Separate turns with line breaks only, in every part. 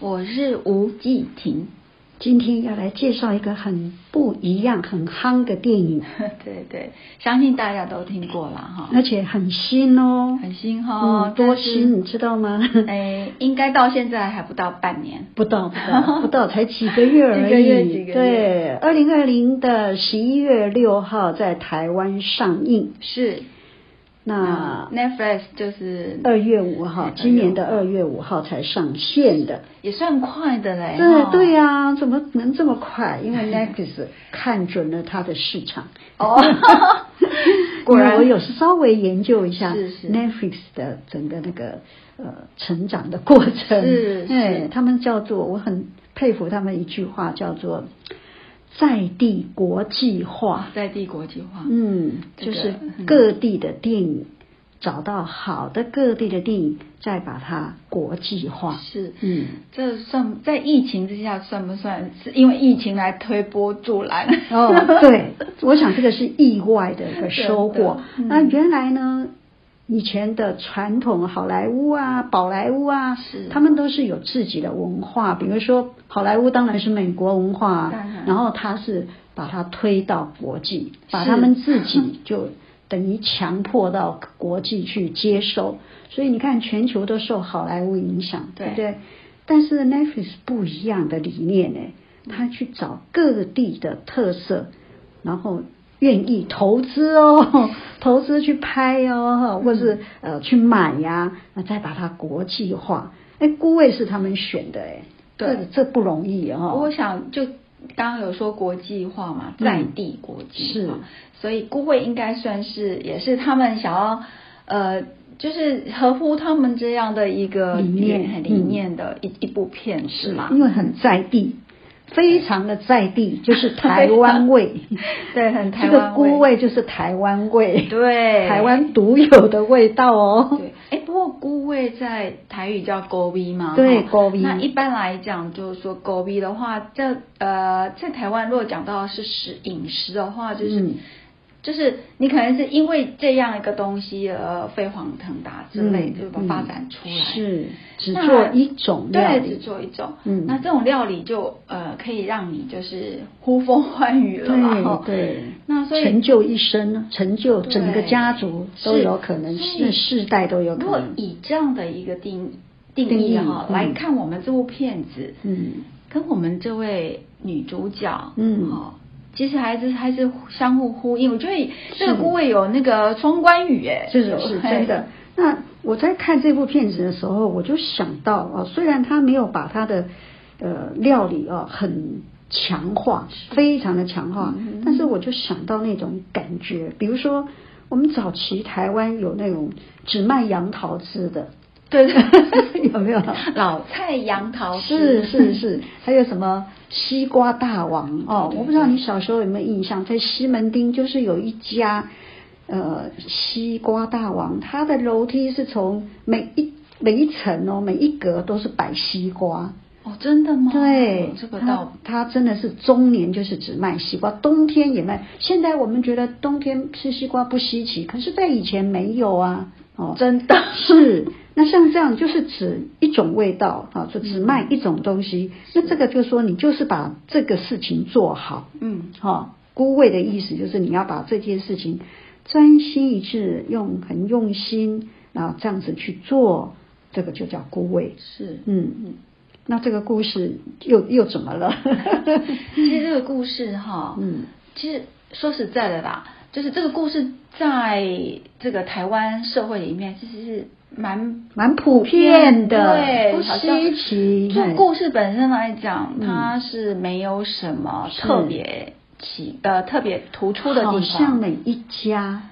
我是吴继婷。
今天要来介绍一个很不一样、很夯的电影，
对对，相信大家都听过了哈，
而且很新哦，
很新哈、
嗯，多新你知道吗？
哎，应该到现在还不到半年，
不到不到 不到，才几个月而已。
几个月几个月
对，二零二零的十一月六号在台湾上映，
是
那
嗯 Netflix 就是
二月五号，
嗯
今年的二月五号才上线的。
也算快的嘞，
对
哈
对呀、怎么能这么快？因为 Netflix 看准了它的市场。
哦， 果然
因为我有稍微研究一下
是是
Netflix 的整个那个呃成长的过程。
是是
哎他们叫做我很佩服他们一句话叫做在地国际化。
在地国际化，
嗯，
这个
就是
嗯
各地的电影。找到好的各地的电影，再把它国际化。
是
嗯，
这算在疫情之下算不算是因为疫情来推波助澜？
哦，对，我想这个是意外的一个收
真的
获。
嗯
那原来呢，以前的传统好莱坞啊、宝莱坞啊
是，
他们都是有自己的文化。比如说，好莱坞当然是美国文化啊
当然，
然后它是把它推到国际，把
是
他们自己就等于强迫到国际去接 收。所以你看，全球都受好莱坞影响，对不
对
对？但是 Netflix 不一样的理念呢，他去找各地的特色，然后愿意投资哦， 投资去拍哦，
嗯
或是呃去买呀、那再把它国际化。哎，孤味是他们选的哎，
对
这这不容易
我
哦。
想就刚刚有说国际化嘛，
嗯
在地国际
是
化，所以孤味应该算是也是他们想要呃，就是合乎他们这样的一个
理念
很
嗯
理念的一、一部片是吗？
因为很在地，非常的在地， 就是台湾味。
对，很台
这个
湾
孤味就是台湾味，
对，
台湾独有的味道哦。
对，哎，不过菇味在台语叫勾逼嘛，
对
哈
勾逼
那一般来讲，就是说勾逼的话，这呃，在台湾如果讲到是食饮食的话，就是、
嗯
就是你可能是因为这样一个东西而飞黄腾达之类，
嗯
就把它发展出来。
是只
那
做一种料
对，只
理，
做一种。
嗯
那这种料理就呃可以让你就是呼风唤雨了嘛，哈
对，
那所以
成就一生，啊成就
对
整个家族都有可能，世
是
世代都有
如
可
果
能。
以这样的一个定定
定义
义哈、
嗯
来看我们这部片子，
嗯，
跟我们这位女主角，
嗯
哦，其实还是还是相互呼应。我觉得这个
是
顾魏有那个双关语，哎，
是是是，
嘿
真的。那我在看这部片子的时候，我就想到啊，虽然他没有把他的呃料理啊很强化，非常的强化，
嗯
但是我就想到那种感觉，比如说我们早期台湾有那种只卖杨桃汁的，
对对，
有没有？
老蔡杨桃
是
汁
是， 是，还有什么西瓜大王哦
对？对
我不知道
对
你小时候有没有印象，在西门町就是有一家呃西瓜大王，它的楼梯是从每一每一层哦，每一格都是摆西瓜。
哦，真的吗？哦
对，
这个
它
倒
它真的是中年就是只卖西瓜，冬天也卖。现在我们觉得冬天吃西瓜不稀奇，可是，在以前没有啊。哦，
真的
是，那像这样就是指一种味道啊，就
嗯
只卖一种东西。那这个就说你就是把这个事情做好，
嗯，
哈、孤味的意思就是你要把这件事情专心一致，用很用心，然后这样子去做，这个就叫孤味。
是。
嗯，那这个故事又又怎么 了？
其实这个故事哈、
嗯，
其实说实在的啦，就是这个故事在这个台湾社会里面其实是蛮
蛮普遍的，
对
不
好像
稀奇。
就
嘿
故事本身来讲，
嗯
它是没有什么
是
特别起呃特别突出的地
嗯好
方，
像每一家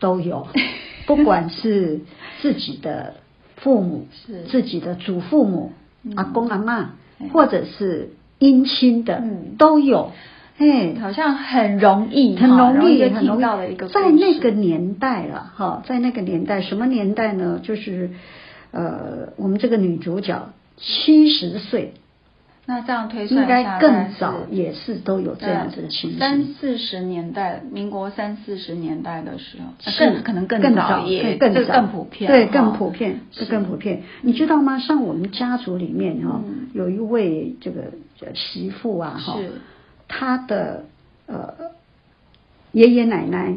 都有， 不管是自己的父母
是、
自己的祖父母、
嗯哎
阿公阿妈，或者是姻亲的
嗯，
都有。哎，
好像很容易哈，
很容易，
嗯就
很容
听
易
到了一个故
在那
事
个年代了哈，在那个年代，什么年代呢？就是呃，我们这个女主角七十岁，
那这样推算
应
一下
该
大概
更
是
早也是都有这样子的情
三
形。
四十年代，民国三四十年代的时候，呃
是
更可能
更
早
早，
也
对更
这个
早
更普遍，
对，
哈
更普遍，这
是
更普遍。你知道吗？像我们家族里面哈，有一位这个呃媳妇啊哈，
嗯是
她的呃爷爷奶奶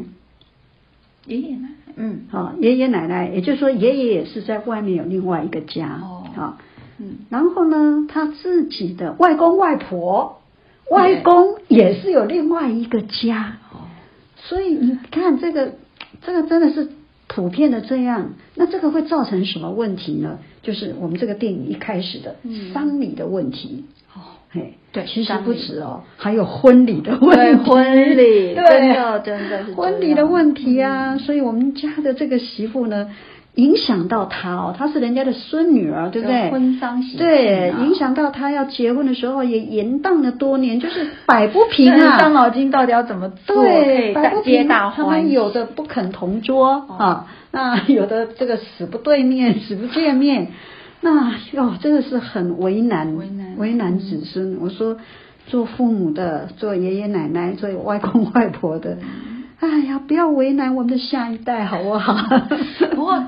爷爷奶奶，嗯
啊，爷爷奶奶，也就是说爷爷也是在外面有另外一个家
哦
啊。
嗯，
然后呢，他自己的外公外婆，外公也是有另外一个家，
哦
所以你看这个，这个真的是普遍的这样。那这个会造成什么问题呢？就是我们这个电影一开始的
嗯
丧礼的问题。
哦，
嘿，
对
其实
丧礼
不止哦，还有婚礼的问
对
题，
婚礼
对
真的真的是这
婚礼的
样
问题啊。所以我们家的这个媳妇呢，影响到她哦，她是人家的孙女儿，对不对？
有婚丧喜
对，
庆啊
影响到她要结婚的时候也延宕了多年，就是摆不平
这
啊，
伤脑筋到底要怎么做，可
对，
以
摆
大
不
皆
平，
大
他
欢
们
喜 哦
有的不肯同桌啊，那有的这个死不对面， 死不见面，那哟，真的是很为难，
为难
子孙。我说，做父母的，做爷爷奶奶，做外公外婆的，
嗯
哎呀，不要为难我们的下一代，好不 好？
不过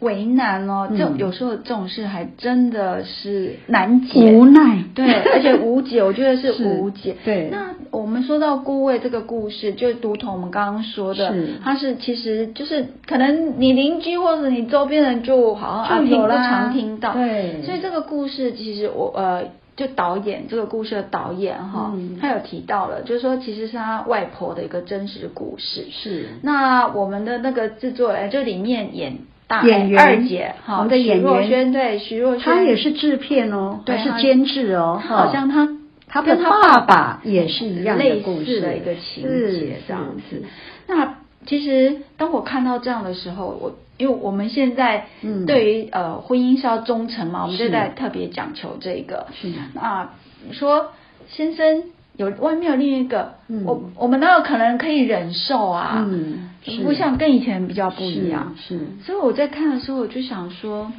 为难哦，这
嗯
有时候这种事还真的是难解，
无奈，
对，而且无解，我觉得 是
是
无解。
对
那我们说到孤味这个故事，就如同我们刚刚说的
是，
它是其实就是可能你邻居或者你周边人就好像啊
就
听
哦有
不
啦
常听到，
对
所以这个故事其实我呃。就导演这个故事的导演哈，
嗯
他有提到了，就是说其实是他外婆的一个真实故事。
是
那我们的那个制作人，就里面演大
演员
二姐哈，
我们的
徐
演
若
员
瑄对徐若瑄，
他也是制片哦，
对
还是
他
监制哦，
他好像他
他
跟
跟
他
他
爸
爸
爸
爸也是一样
类
的故
似
事
的一个情
是
节这样
是
子
是。
那其实当我看到这样的时候，我因为我们现在
嗯
对于、呃婚姻是要忠诚嘛，我们
是
就在特别讲求这个。
是
啊，说先生有外面有另一个，
嗯
我我们哪有可能可以忍受啊？
嗯是
不像跟以前比较不一样。
是是
所以我在看的时候，我就想说，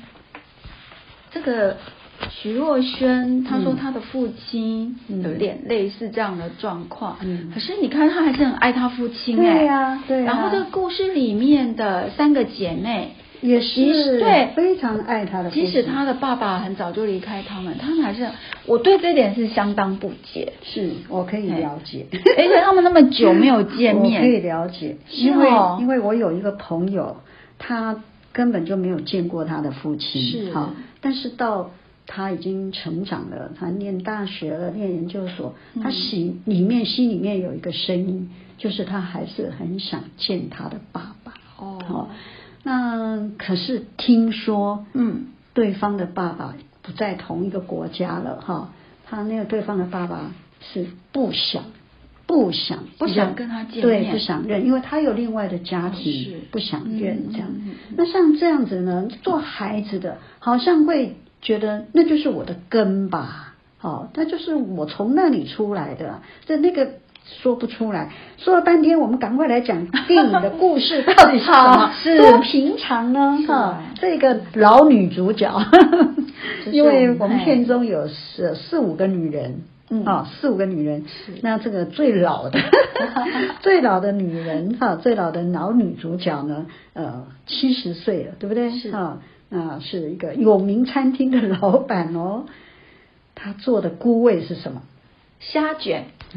这个徐若瑄，她说
嗯
她的父亲
嗯
有点类似这样的状况，
嗯
可是你看她还是很爱她父亲哎、
对呀对呀
然后这个故事里面的三个姐妹，
也
即使
是
对
非常爱他的父亲，
即使她的爸爸很早就离开他们，他们还是我对这点是相当不 解，
是我可
哎
以了解，
而且他们那么久没有见面，
我可以了解，
是
因为
哦
因为我有一个朋友，他根本就没有见过他的父亲，
是
好，但是到。他已经成长了，他念大学了，念研究所。
嗯
他心里面心里面有一个声音，就是他还是很想见他的爸爸。
哦
好那可是听说，
嗯，
对方的爸爸不在同一个国家了哈，他那个对方的爸爸是不想。不想
不想
认
跟他见
对，
面
不想认，因为他有另外的家
哦是
庭，不想
嗯
认这样
嗯嗯嗯。
那像这样子呢，做孩子的好像会觉得那就是我的根吧，哦，那就是我从那里出来的，这那个说不出来，说了半天，我们赶快来讲电影的故事到底是什么
好，是
多平常呢？
是
哈
啊，
这个老女主角，
这是
因为
我
我
们哎
们片中有四四五个女人。
嗯
啊、四五个女人，那这个最老 的，最老的女人哈、最老的老女主角呢，呃，七十岁了，对不对？
是
啊，那是一个有名餐厅的老板哦，她做的菇味是什么？
虾卷，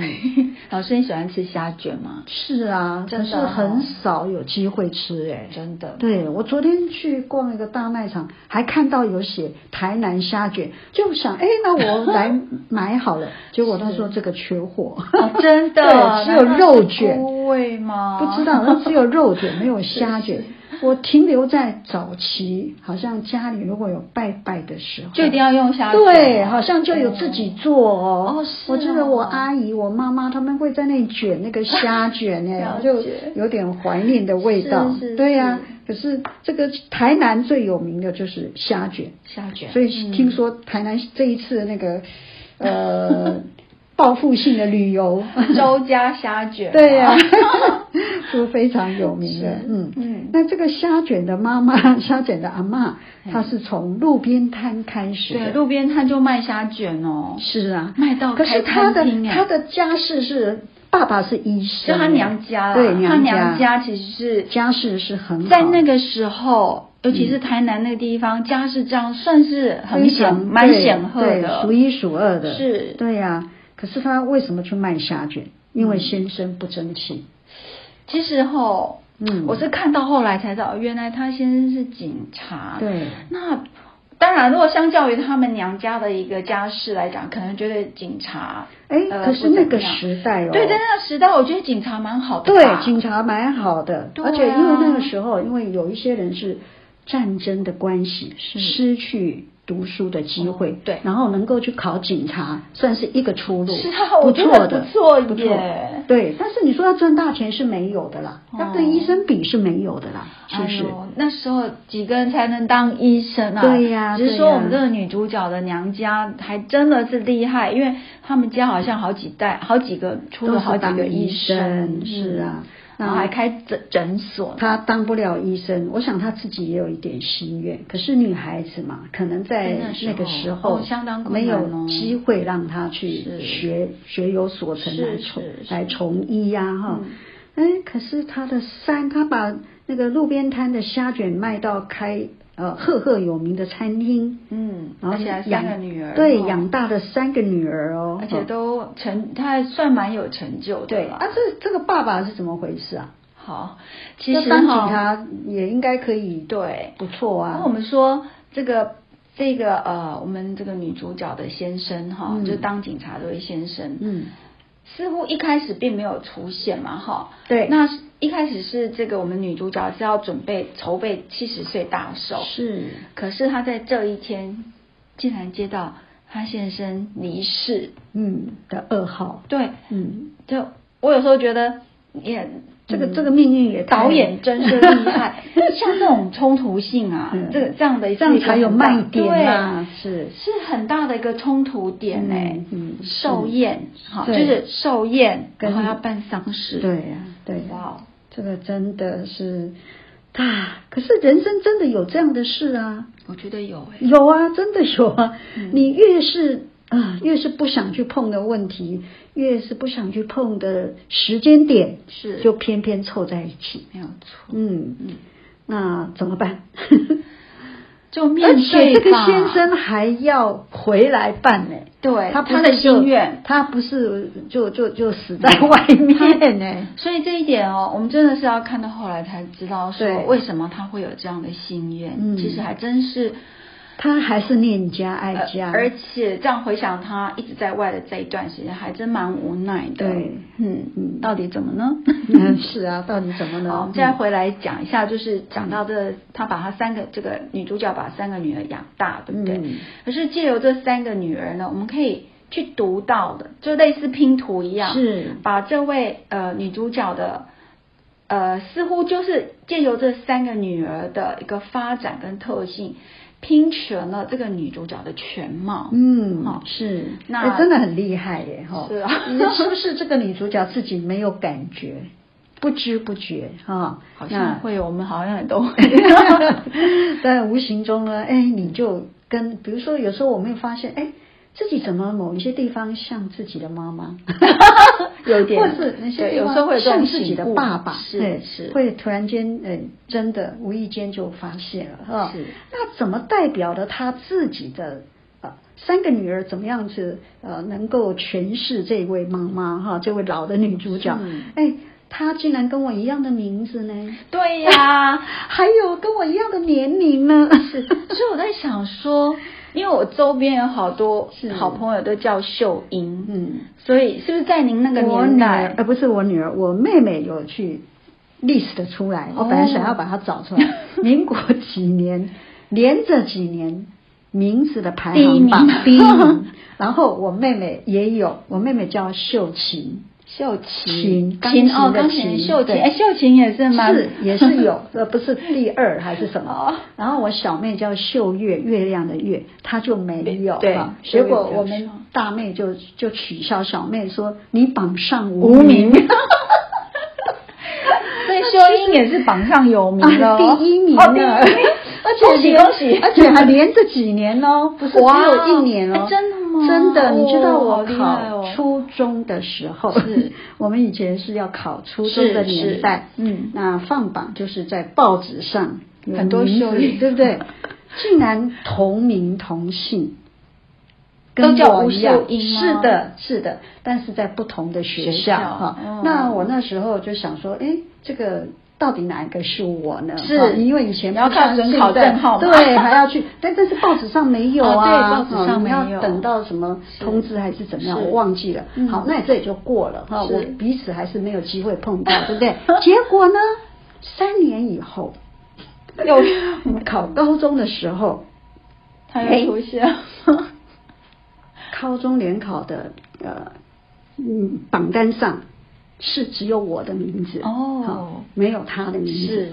老师你喜欢吃虾卷吗？
是啊，
真
可
的
是
哦
很少有机会吃哎、
真的
对我昨天去逛一个大卖场，还看到有写台南虾卷，就想哎，那我来买好 了。结果他说这个缺货，
哦真 的，
对，只有
难道
肉
是
卷，
菇味吗？
不知道，那只有肉卷，没有虾卷。我停留在早期，好像家里如果有拜拜的时候，
就一定要用虾卷啊
对，好像就有自己做哦。
哦是哦
我记得我阿姨、我妈妈他们会在那里卷那个虾卷哎，
了
我
解
就有点怀念的味道
是是。
对呀、可是这个台南最有名的就是虾卷，
虾卷，
所以
嗯
听说台南这一次那个 呃报复性的旅游，
周家虾卷，啊
对呀、 是非常有名的
是。
嗯
嗯
那这个虾卷的妈妈，虾卷的阿嬷，她是从路边摊开始
对，
的。
路边摊就卖虾卷哦，
是啊，
卖到
可是
开
她
餐
的
厅哎
她的家世是爸爸是医
就
生，
他娘家啦，
对娘家
他娘家其实是
家世是很好嗯
在那个时候，尤其是台南那个地方，家世这样算是很
非
显
常
蛮
对
显赫的，
对数一数二的。
是
对呀、可是她为什么去卖虾卷？因为先生不争气。
其实吼，
嗯，
我是看到后来才知道，原来他先生是警察。，
对
那当然，如果相较于他们娘家的一个家世来讲，可能觉得警察，
哎
呃
可是那个时代哦
不怎么样对，在那个时代，我觉得警察蛮好的吧。
对，警察蛮好的，
对啊
而且因为那个时候，因为有一些人是战争的关系，失去读书的机会，
哦对
然后能够去考警察，算是一个出路，
是啊我
不
觉
错
得
的，
不错
不错
耶，
对。但是你说要赚大钱是没有的啦，要跟医生比是没有的啦，是不
哦哎
是？
呦，那时候几个人才能当医生啊？
对呀
只是
对
说
呀
我们这个女主角的娘家还真的是厉害，因为他们家好像好几代、好几个出
都
了
是
好几
当
个
医
生，
是啊
嗯，然后
那
还开诊诊所。
他当不了医生，我想他自己也有一点心愿。可是女孩子嘛，可能在那个时候、
哦相当困
没
难
有
哦
机会让他去
是
学学有所成
是
来从
是嗯是
来从医呀、哈。哎，可是他的三，他把那个路边摊的虾卷卖到开呃赫赫有名的餐厅，
嗯，
然后
而且还
养
三个女儿，
对，
哦
养大了三个女儿哦，
而且都成，他还算蛮有成就的
对
啦
啊，这这个爸爸是怎么回事啊？
好，其实
要当警
哈
察也应该可以，
对，哦
不错啊。
那我们说这个这个呃，我们这个女主角的先生哈，
嗯
就当警察的位先生，
嗯，
似乎一开始并没有出现嘛哈。
对，
那一开始是这个我们女主角是要准备筹备七十岁大寿，
是
可是她在这一天竟然接到她先生离世，
嗯的噩耗，
对，
嗯，
就我有时候觉得也
这个、这个命运也太
导演真是厉害，像这种冲突性啊，
嗯
这个这样 的
这样才有卖点
啊，
嘛，是
是很大的一个冲突点哎、
嗯嗯
寿宴好，就
对
是寿宴，
跟
然后要办丧事，
嗯对呀、对啊呀、
哇哦，
这个真的是啊，可是人生真的有这样的事啊，
我觉得有哎、
有啊，真的有啊，
嗯
你越是。啊，越是不想去碰的问题，越是不想去碰的时间点，
嗯是
就偏偏凑在一起。
没有错，
嗯
嗯，
那怎么办？
就面
而且
对
这个
吧
先生还要回来办呢、
对
他不
他的
是就
心愿，
他不是就就就死在外 面呢、
所以这一点哦，我们真的是要看到后来才知道说
对
为什么他会有这样的心愿，
嗯
其实还真是
他还是念家
呃
爱家，
而且这样回想他一直在外的这一段时间，还真蛮无奈的。
对，
嗯嗯，
嗯
到底怎么呢？
嗯是啊，到底怎么
好，我
呢
们？再回来讲一下，就是讲到这，他把他三个这个女主角把三个女儿养大，对不对？
嗯
可是借由这三个女儿呢，我们可以去读到的，就类似拼图一样，
是
把这位呃女主角的呃，似乎就是借由这三个女儿的一个发展跟特性，拼全了这个女主角的全貌。
嗯
好，
是，
那
哎真的很厉害耶，哈，
是啊
是不是这个女主角自己没有感觉，不知不觉哈，
好像会，我们好像也都会。
但无形中呢，哎，你就跟，比如说，有时候我们会发现，哎，自己怎么某一些地方像自己的妈妈，
有点
或是那些
对
地
有
方
时候会有这种
像自己的
醒悟
爸爸，
是
对
是
会突然间，呃，真的无意间就发现了，哈，
是
那怎么代表了他自己的？呃三个女儿怎么样子呃能够诠释这位妈妈哈，这位老的女主角
嗯，
哎，她竟然跟我一样的名字呢，
对呀、
还有跟我一样的年龄呢，是
所以我在想说，因为我周边有好多
是
好朋友都叫秀 英，
嗯，
所以是不是在您那个
我
年
女儿
代，
呃，不是我女儿，我妹妹有去 list 出来，我
哦
本来想要把它找 出来，民国几年，连着几年名字的排行榜
第一名
然后我妹妹也有，我妹妹叫秀琴，
秀琴，
琴
琴哦，
钢
钢
琴的
琴
琴
秀琴，
对
哎，秀琴也是吗？
是也是有，呃，不是第二还是什么
哦？
然后我小妹叫秀月，月亮的月，她就没有。
对
啊
秀
结
月
果
没有
我们
上
大妹就就取笑小妹说：“你榜上
无
名
名， 所以秀英也是榜上有名的、
啊
哦，
第一名
哦，第
呢
一名，
而且
恭喜
连
恭喜，
而且还连着几年哦，不是只
哇
有一年哦
哎，真的吗
真的，你知道
哦
我
好厉害哦
考初中的时候，
是
我们以前是要考初中的
是
年代，
是嗯
那放榜就是在报纸上有
很多
名字
秀丽
对不对？竟然同名同姓。
都
跟
叫
我
吴
一样
秀英吗
是的，是的，但是在不同的学
学
校
校
哈、
哦
那我那时候就想说，哎，这个到底哪一个是我呢？
是
啊因为以前
你要
不相
看准
信
考
对
证号码
对，还要去，但但是报纸上没有
哦
啊，
对报纸上
哦
没有
你要等到什么通知还是怎么样，
是
我忘记了。
嗯
好，那这也就过了哈，
是
我彼此还是没有机会碰到，对不 对？结果呢，三年以后，
又
我们考高中的时候，
他又出现
哎
了，
高中联考的呃嗯榜单上是只有我的名字
哦
好没有他的名字。
是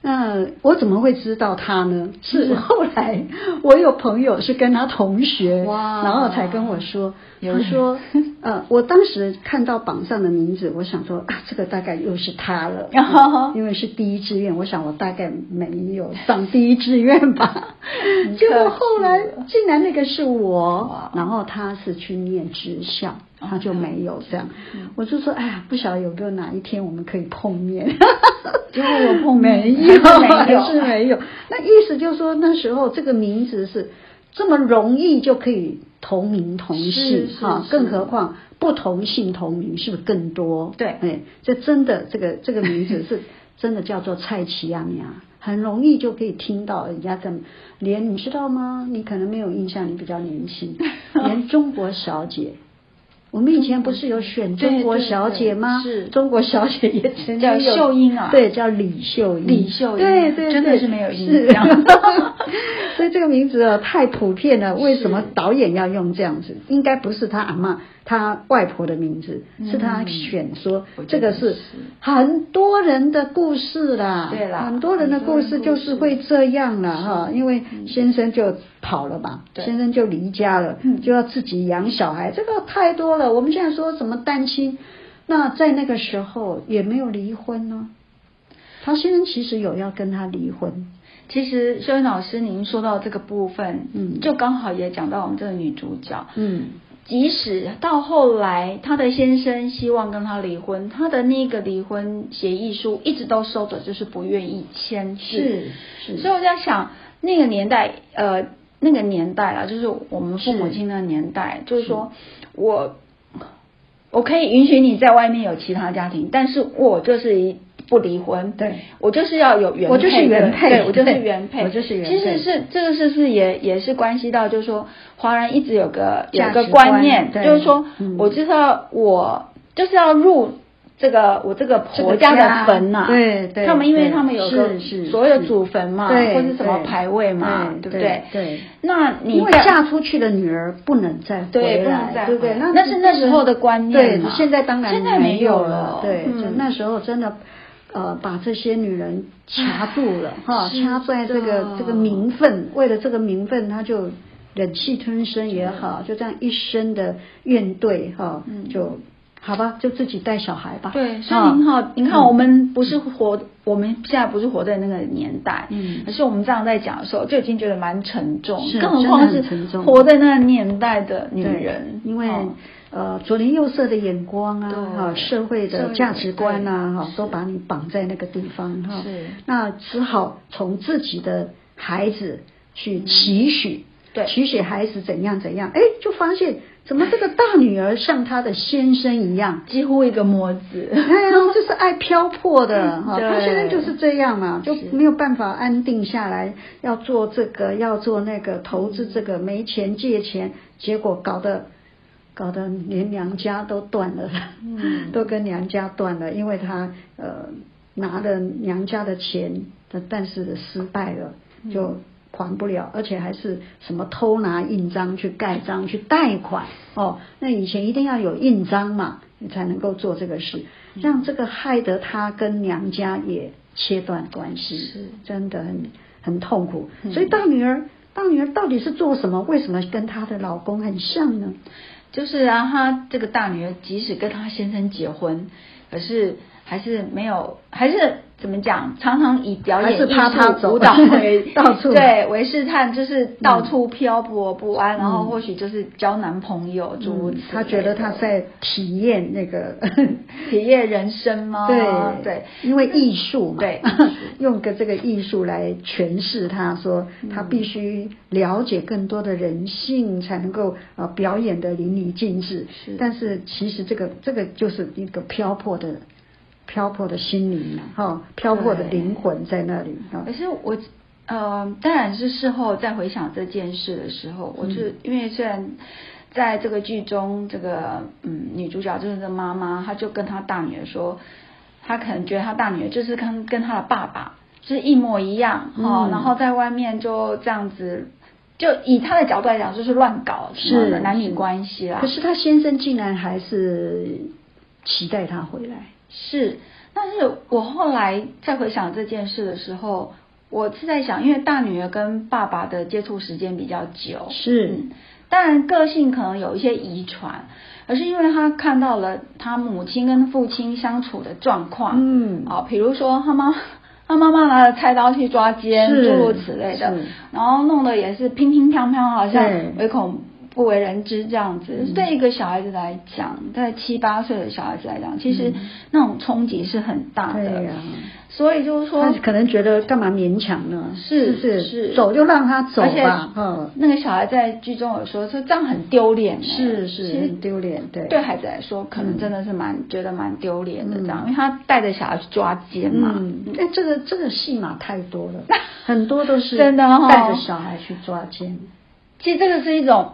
那我怎么会知道他呢？是
是
后来我有朋友是跟他同学，
哇
然后才跟我说，
有
他
人
说，呃，我当时看到榜上的名字，我想说啊，这个大概又是他 了，嗯因为是第一志愿，我想我大概没有上第一志愿 吧。
很
结果
客气
后来
了
竟然那个是我
哇，
然后他是去念职校。
哦
他就没有这样
嗯，
我就说，哎呀，不晓得有没有哪一天我们可以碰面。
结果有碰
没
面
有，
还是没有
还是没有。那意思就是说，那时候这个名字是这么容易就可以同名同姓
是是
哈，
是
更何况不同姓同名是不是更多？
对
哎，这真的这个这个名字 是真的叫做蔡奇亚米亚。很容易就可以听到人家跟连你知道吗？你可能没有印象，你比较年 轻，连中国小姐，我们以前不是有选中国
对对
小姐吗？
对是
中国小姐也曾经
叫
有
秀英啊
对，叫李秀英。
李秀英
对对，
真的
对
是没有印
是
象
所以这个名字啊太普遍了，为什么
是
导演要用这样子？应该不是他阿妈、他外婆的名字，
嗯
是他选说
我觉
这个
得
是
是
很多人的故事啦，
对啦
很多人的
很多
故
人
事
故
就是
事
会这样了哈，
是嗯
因为先生就跑了嘛，
对
先生就离家了，
嗯
就要自己养小孩，这个太多了。我们现在说什么单亲，那在那个时候也没有离婚呢、他先生其实有要跟他离婚，
其实秀英老师，您说到这个部分，
嗯
就刚好也讲到我们这个女主角，
嗯，
即使到后来，她的先生希望跟她离婚，她的那个离婚协议书一直都收着，就是不愿意签字。
是是，
所以我在想，那个年代，呃，那个年代啊，就是我们父母
是
亲那个年代，就是说我我可以允许你在外面有其他家庭，但是我就是一不离婚，
对
我就是要有原配的，
我就是原配
对我就是
对
原配，
我就是原
其
配
实是这个是不是也也是关系到，就是说华人一直有个有
价
个
值观
观念，
对
就是说、
嗯
我就是要我就是要入。这个我这个
这个
婆家
家
的坟啊呐、
对对
他们因为
对
他们有个
是是
所谓的
是
祖坟嘛，
对
或是什么
对
牌位嘛，
对
对不对？
对对
那你
因为
在
嫁出去的女儿不能再
对
回
不
来
能再
对不对？
回来那是那时候的观念嘛
对，现在当然
现在
没
没有
了
了。
对，
嗯
就那时候真的。呃，把这些女人掐住了哈，
是
掐在这个
的
这个名分，为了这个名分，她就忍气吞声也好，就这样一生的怨怼哈，
嗯
就好吧，就自己带小孩吧。
对，所
哈
以您好，您看
啊嗯
我们不是活，我们现在不是活在那个年代，
嗯
可是我们这样在讲的时候，就已经觉得蛮沉重，
是
更何
真
况
的很
是
沉重
活在那个年代的女
对
人，
因为、
哦
呃左邻右舍的眼光啊，
对
哈社会
社
的
会
价值观啊，
对
哈都把你绑在那个地方哈
是，
那只好从自己的孩子去期许。
嗯对
期许孩子怎样怎样，哎，就发现怎么这个大女儿像她的先生一样，
几乎一个模 子，
哎呀，就是爱漂泊的哈，
嗯对
他现在就是这样嘛，就是没有办法安定下来，要做这个，要做那个，投资这
嗯
个，没钱借钱，结果搞得搞得连娘家都断了，
嗯
都跟娘家断了，因为他呃拿了娘家的钱，但但是失败了，
嗯
就还不了，而且还是什么偷拿印章去盖章去贷款哦。那以前一定要有印章嘛，你才能够做这个事，
嗯
让这个害得他跟娘家也切断关
是
系，真的很很痛苦。
嗯
所以大女儿，大女儿到底是做什么？为什么跟她的老公很像呢？
就是啊，她这个大女儿即使跟她先生结婚，可是还是没有，还是怎么讲？常常以表
还
演
是
艺
趴趴
术、
走
舞蹈为
到处
对为试探，就是到处漂泊不安，然后或许就是交男朋友，诸如此类的。
她嗯觉得她在体验那个，
体验人生吗？
对
哦对，
因为艺术嘛，
对，
用个这个艺术来诠释他说，
嗯
他必须了解更多的人性，才能够呃表演的淋漓尽致。
是
但是其实这个这个就是一个漂泊的漂泊的心灵了、哈、漂泊的
对
灵魂在那里啊、
可是我，呃，当然是事后再回想这件事的时候，我就、
嗯
因为虽然在这个剧中，这个嗯女主角就是这妈妈，她就跟她大女儿说，她可能觉得她大女儿就是跟跟她的爸爸就是一模一样哦，
嗯
然后在外面就这样子。就以她的角度来讲，就是乱搞什么的
是
男女
是
关系啦。
可是他先生竟然还是期待他回来。
是，但是我后来再回想这件事的时候，我是在想，因为大女儿跟爸爸的接触时间比较久，
是
嗯当然个性可能有一些遗传，而是因为她看到了她母亲跟父亲相处的状况，
嗯
啊、比如说她妈。她妈妈拿着菜刀去抓奸，
是
诸如此类的
是，
然后弄得也是乒乒乓乓，好像
对嗯
唯恐不为人知这样子。对一个小孩子来讲，在七八岁的小孩子来讲，其实那种冲击是很大
嗯对
的。
呀、
所以就是说
他，可能觉得干嘛勉强呢？
哦是
不是
是
走就让他走
而且
吧，嗯。
那个小孩在剧中有说，说这样很丢脸欸、
是是
其实
很丢脸对
对孩子来说，可能真的是蛮、觉得蛮丢脸的这样，
嗯
因为他带着小孩去抓奸嘛。
嗯，哎，这个这个戏码太多了，很多都是
真的哦
带着小孩去抓奸。
其实这个是一种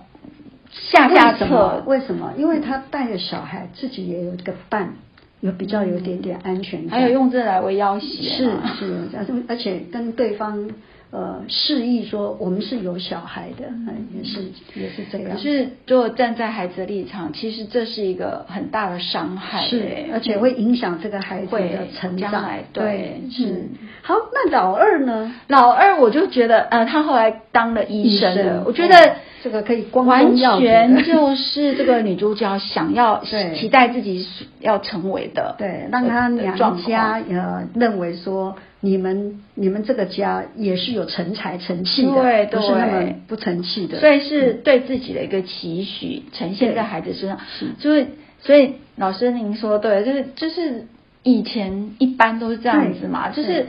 下下
为什么
策，
为什么？因为他带着小孩，自己也有一个伴，有比较有点点安全感。
还有用这来为要挟
是
嘛。
是，而且而且跟对方呃示意说我们是有小孩的，嗯也是也是这样。
可是，如果站在孩子的立场，其实这是一个很大的伤害欸、
是，而且会影响这个孩子的
会
成
将
长
来。
对，
对
是
嗯。
好，那老二呢？
老二，我就觉得，呃，他后来当了医生
医
了，
生
我觉得
哦这个可以光
完
宗耀祖
全 就是这个女主角想要
对
期待自己要成为的，
对，让他
的状
娘
况
家呃认为说你们你们这个家也是有成才成器的，
对
不是那
对
么不成器的。
所以是对自己的一个期许呈现在孩子身上，就是所以老师您说对，就是就是以前一般都是这样子嘛，就
对
是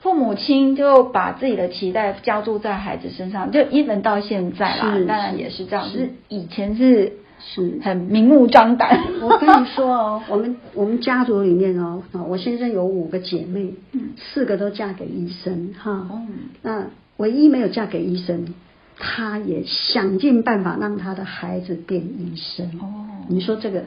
父母亲就把自己的期待加注在孩子身上，就一直到现在啦，
是
当然也是这样，
是
就是以前是
是
很明目张胆，
我跟你说哦，我们我们家族里面哦，啊我先生有五个姐妹，四个都嫁给医生哈，
嗯哦
那唯一没有嫁给医生，她也想尽办法让她的孩子变医生。
哦
你说这个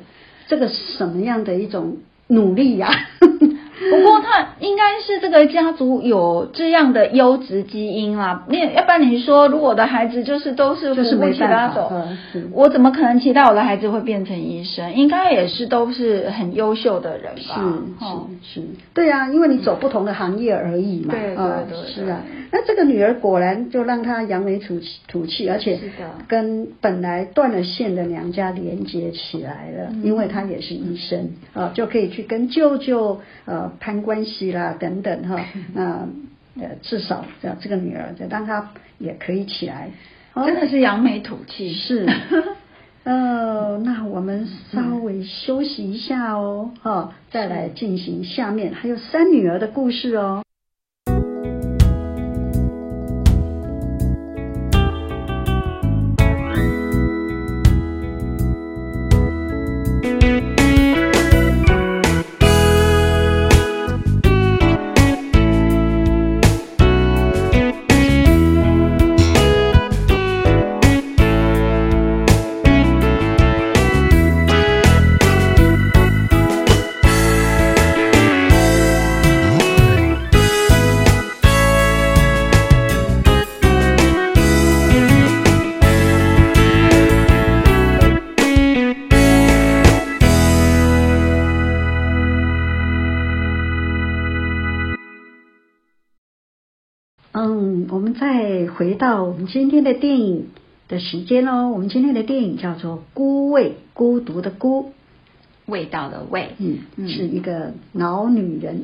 这个是什么样的一种努力呀、
不过他应该是这个家族有这样的优质基因啦，你要不然你说，如果我的孩子就是都是
就是
扶不
没
起
办
他
法
走
嗯是，
我怎么可能期待我的孩子会变成医生？应该也是都是很优秀的人吧？哦
是是是，对啊，因为你走不同的行业而已嘛。
对对
啊
对对
是啊。那这个女儿果然就让她扬眉吐气吐气，而且
是的
跟本来断了线的娘家连接起来了，
嗯
因为她也是医生啊，就可以去跟舅舅呃攀关系啦等等 哈。那呃，至少呃这个女儿，让她也可以起来。好
哦真的是扬眉吐气。
是。呃，那我们稍微休息一下哦，哈、再来进行下面还有三女儿的故事哦。嗯，我们再回到我们今天的电影的时间哦。我们今天的电影叫做《孤味》，孤独的孤，
味道的味，
嗯，是一个老女人，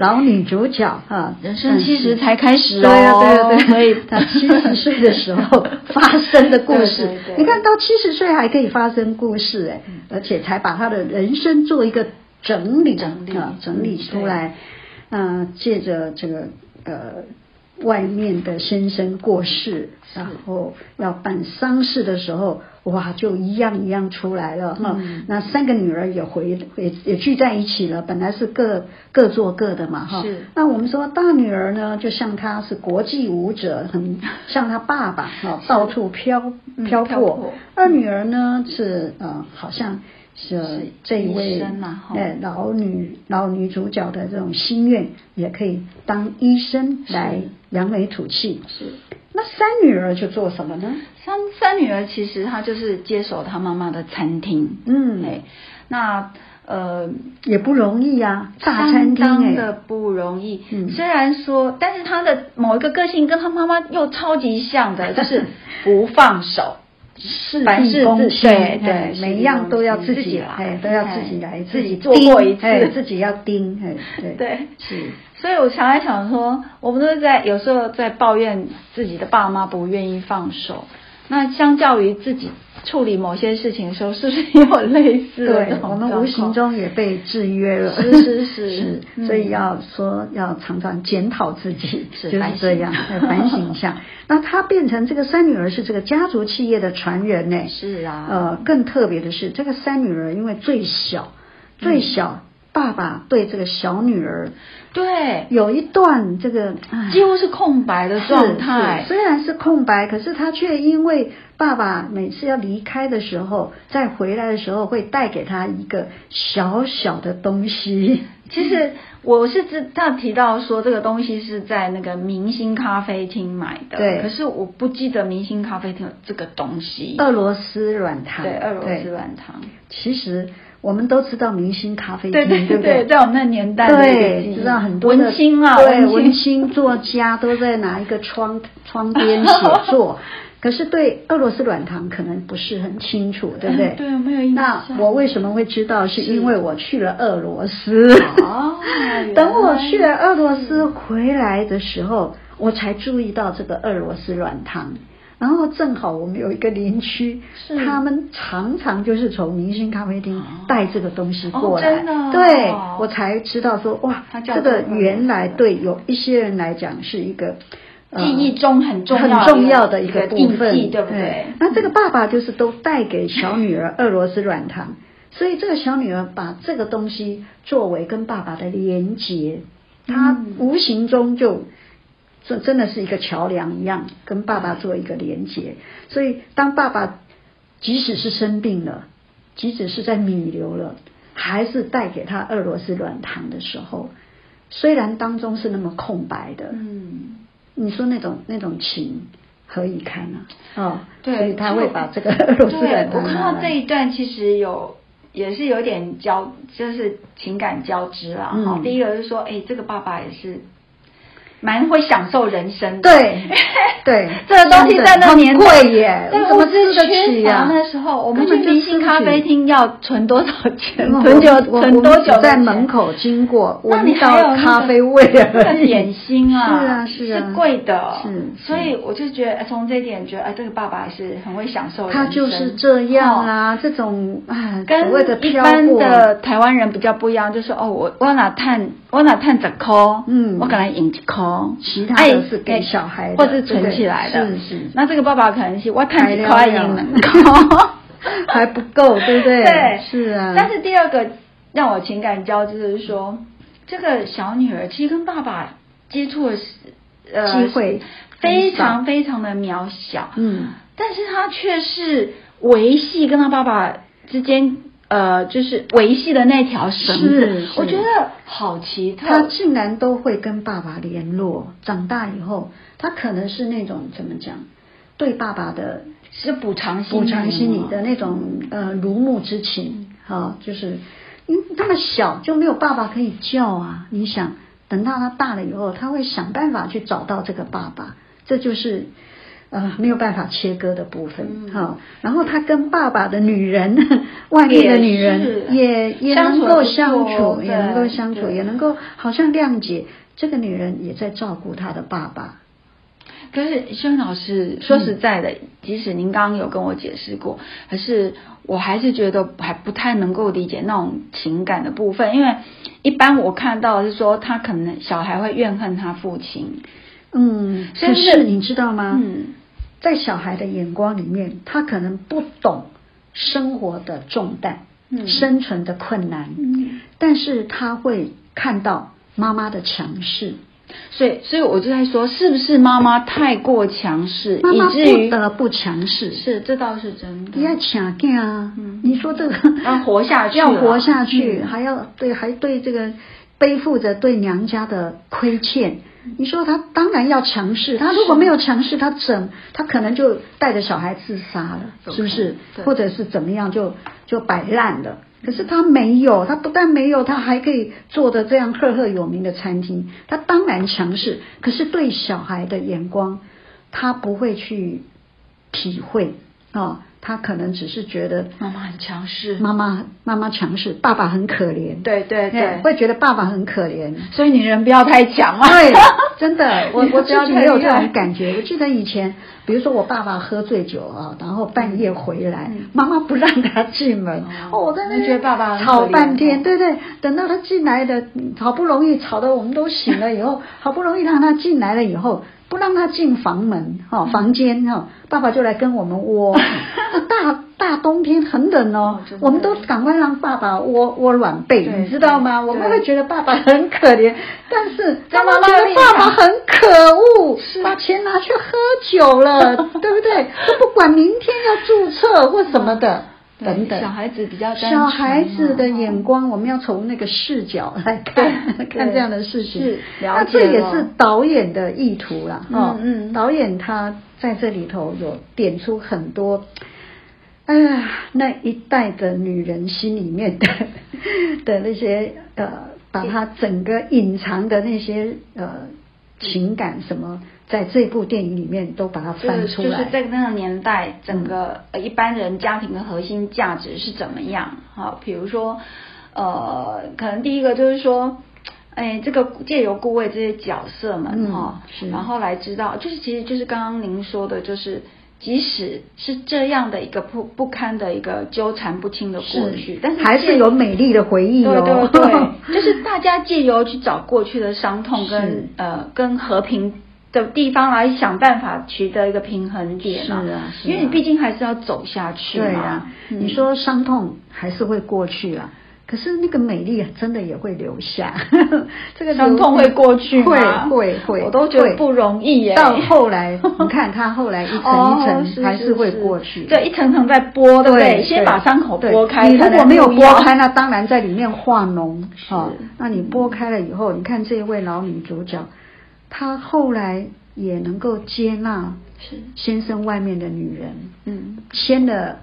老女主角啊，
人生七十才开始哦，
对啊，对啊，对啊，
所以
她七十岁的时 候发生的故事
对嗯对，对
你看到七十岁还可以发生故事哎，而且才把她的人生做一个整理，
整理
啊，整理出来，啊，借着这个呃。外面的先生过世，
是
然后要办丧事的时候，哇，就一样一样出来了哈、
嗯
那三个女儿也回也也聚在一起了，本来是各各做各的嘛哈。
是
那我们说大女儿呢，就像她是国际舞者， 很像她爸爸哈，到处飘
嗯
飘
漂
泊
泊。
二女儿呢是呃，好像是
是
这一位
医生嘛哈
哎老女老女主角的这种心愿，也可以当医生来扬眉吐气。
是
那三女儿就做什么呢？
三三女儿其实她就是接手她妈妈的餐厅，
嗯，
哎，那呃，
也不容易呀、大餐
相
厅哎、
当的不容易。
嗯
虽然说，但是她的某一个个性跟她妈妈又超级 像的，就是不放手，
事
凡事
必躬
自
亲，
对对
哎
事
每
必
一样
躬
都要
亲
自
自
己
己
哎
来，
都要
哎
自己来，
自己
己
做
盯
过一次
哎自己要盯，哎，对，
对。
是，
所以我常常想说，我们都在有时候在抱怨自己的爸妈不愿意放手。那相较于自己处理某些事情的时候，是不是也有类似的
对
这，种
我们无形
状况
中也被制约了，
是是是
是，
嗯
所以要说要常常检讨自己，
是
就是
反省
这样，哎反省一 下。那她变成这个三女儿是这个家族企业的传人呢，
是啊，
呃，更特别的是，这个三女儿因为最小，
嗯
最小，爸爸对这个小女儿
对，
有一段这个唉
几乎是空白的状态
是是，虽然是空白，可是他却因为爸爸每次要离开的时候，再回来的时候，会带给他一个小小的东 西。
其实我是知道提到说这个东西是在那个明星咖啡厅买的，
对
可是我不记得明星咖啡厅有这个东西。
俄罗斯软糖，
对，俄罗斯。软糖，
其实我们都知道明星咖啡
对
厅，
对
不
对，在我们那年代的一个记
对，
忆，
知道很多的
文青啊，
对
文
文青作家都在拿一个窗窗边写 作，可是对俄罗斯软糖可能不是很清楚，对不对？
对没有印
那
象
我为什么会知道？是因为我去了俄罗斯。
哦原来
等我去了俄罗斯回来的时候，我才注意到这个俄罗斯软糖。然后正好我们有一个邻居，
是
他们常常就是从明星咖啡厅带这个东西过来，
哦真的哦
对我才知道说哇
它，叫
这个
做俄
原来
罗斯
对有一些人来讲是一个。呃
记忆中很重要
很
的
重要的一
一
个
个
部分，
印记对不对
那这个爸爸就是都带给小女儿俄罗斯软
嗯
糖，所以这个小女儿把这个东西作为跟爸爸的连结，她
嗯
无形中就这真的是一个桥梁一样，跟爸爸做一个连接。所以当爸爸即使是生病了，即使是在弥留了，还是带给他俄罗斯软糖的时候，虽然当中是那么空白的，
嗯，
你说那种那种情何以堪啊？哦，
对
所以他
就
会把这个俄罗斯
对
软，
我
糖
看
拿
到这
来。
一段其实有也是有点交，就是情感交织啦。
嗯
哈、第一个是说，哎，这个爸爸也是蛮会享受人生的。
对对，
这个东西在那
很
年代
贵耶，
在
怎
物
么
资
吃得起
缺
呀
乏？的时候，我们去
根本就
明
吃
星
不
咖啡
起
厅要存多少钱？
因为
存久
我
存多久
我
的
在
钱
门口经过，
那
闻
你还有
到
那
咖
个
啡味
那
而
个
已。
点心啊，
是啊是啊，
贵的，
是
所以我就觉得哎从这一点觉得，哎，这个爸爸是很会享受人生，
他就是这样
哦。
啦，这种啊，所谓的
跟一
漂
般
泊，
的台湾人比较不一样，就是哦，我我哪探我哪探十块，
嗯
我可能赢一块，
其他的
哎
是给小孩的
或
对
是
不
存
对
起来的。
是是
那这个爸爸可能是我探
还
一
了
块
了
赢两块。
嗯还不够，对不对？
对，
是啊。
但是第二个让我情感交织的是说，这个小女儿其实跟爸爸接触的时呃
机会
非
很少
常非常的渺小，
嗯，
但是她却是维系跟她爸爸之间呃就是维系的那条绳
是是，
子我觉得好奇
他
特，
竟然都会跟爸爸联络，长大以后，他可能是那种怎么讲，对爸爸的
是补偿心
补偿心理
哦
的那种呃如沐之情啊、就是因为那么小就没有爸爸可以叫啊，你想。等到他大了以后，他会想办法去找到这个爸爸，这就是呃没有办法切割的部分哈、然后他跟爸爸的女人， 外面的女人也
也是
也
相
能够
处得不
相
错
处，也能够
对
相处，
对
也能够好像谅解这个女人也在照顾她的爸爸。
可是修文老师，说实在的，
嗯
即使您刚刚有跟我解释过，可是我还是觉得还不太能够理解那种情感的部分，因为一般我看到的是说他可能小孩会怨恨他父亲，
嗯，
所以
可
是
是你知道吗？
嗯，
在小孩的眼光里面，他可能不懂生活的重担，
嗯
生存的困难，
嗯
但是他会看到妈妈的强势，
所以所以我就在说，是不是妈妈太过强势，
妈妈
以至于
不得不强势。
是这倒是真的，
你要抢干啊！
嗯
你说这个
要活下去啊
要活下去，
嗯
还要对，还对这个背负着对娘家的亏欠。
嗯
你说他当然要强势，他如果没有强势，他整他可能就带着小孩自杀
有
了，
可能
是不是？
对
或者是怎么样就就摆烂了。可是他没有，他不但没有，他还可以做的这样赫赫有名的餐厅，他当然强势。可是对小孩的眼光，他不会去体会啊、他可能只是觉得
妈妈很强势，
妈妈妈妈强势，爸爸很可怜，
对对对，
会觉得爸爸很可怜。
所以女人不要太强啊嘛，
对，真的，我我
不
自
要
己
太
也有
厉
这
害
种感觉。我记得以前，比如说我爸爸喝醉酒啊，然后半夜回来，妈妈不让他进门，
嗯哦
哦，我在那
你觉得
边
爸爸很可
吵
怜
半
哦
天，对对，等到他进来的，嗯好不容易吵得我们都醒了以 后，好不容易让他进来了以后，不让他进房门
嗯
哦，房间哦，爸爸就来跟我们 窝。大大冬天很冷哦
哦真，的
我们都赶快让爸爸窝窝软被，
对
你知道吗？
对
我们会觉得爸爸很可 怜，但是
在
他
妈
们
妈
觉
面
得爸爸
前
很可恶
是，
把钱拿去喝酒 了，对不对？都不管明天要注册或什么的，
嗯对
等等。
小孩子比较单纯啊
小孩子的
嘛
眼光，我们要从那个视角来看
对
看这样的事情。
是了
那
解
这也
了
是导演的意图啦。哦，
嗯嗯
导演他在这里头有点出很多。啊，那一代的女人心里面的 的那些呃，把她整个隐藏的那些呃情感什么，在这部电影里面都把它
就是
翻出
就
来。
是在那个年代，整个呃一般人家庭的核心价值是怎么样？哈，比如说，呃，可能第一个就是说，哎，这个借由顾问这些角色
嗯
们哈、
是
然后来知道，就是其实就是刚刚您说的，就是即使是这样的一个不不堪的一个纠缠不清的过去，但是
还
借
是有美丽的回忆
对
哦。
对对，就是大家借由去找过去的伤痛跟
是
呃跟和平的地方来想办法取得一个平衡点
是啊是啊
因为你毕竟还是要走下去嘛。
对啊，
嗯
你说伤痛还是会过去啊，可是那个美丽啊真的也会留下。 这个
伤痛会过去
会
吗
会会，
我都觉得
会
不容易耶
到后来，你看他后来一
哦
层一层还是会过去。
这一层层在剥，对不对？
对，
先把伤口
对
剥开，
你如
才能
果没有
入药
剥开，那当然在里面化脓啊、哦
是
那你剥开了以后，你看这一位老女主角，她后来也能够接纳
是
先生外面的女人，
嗯，
签了。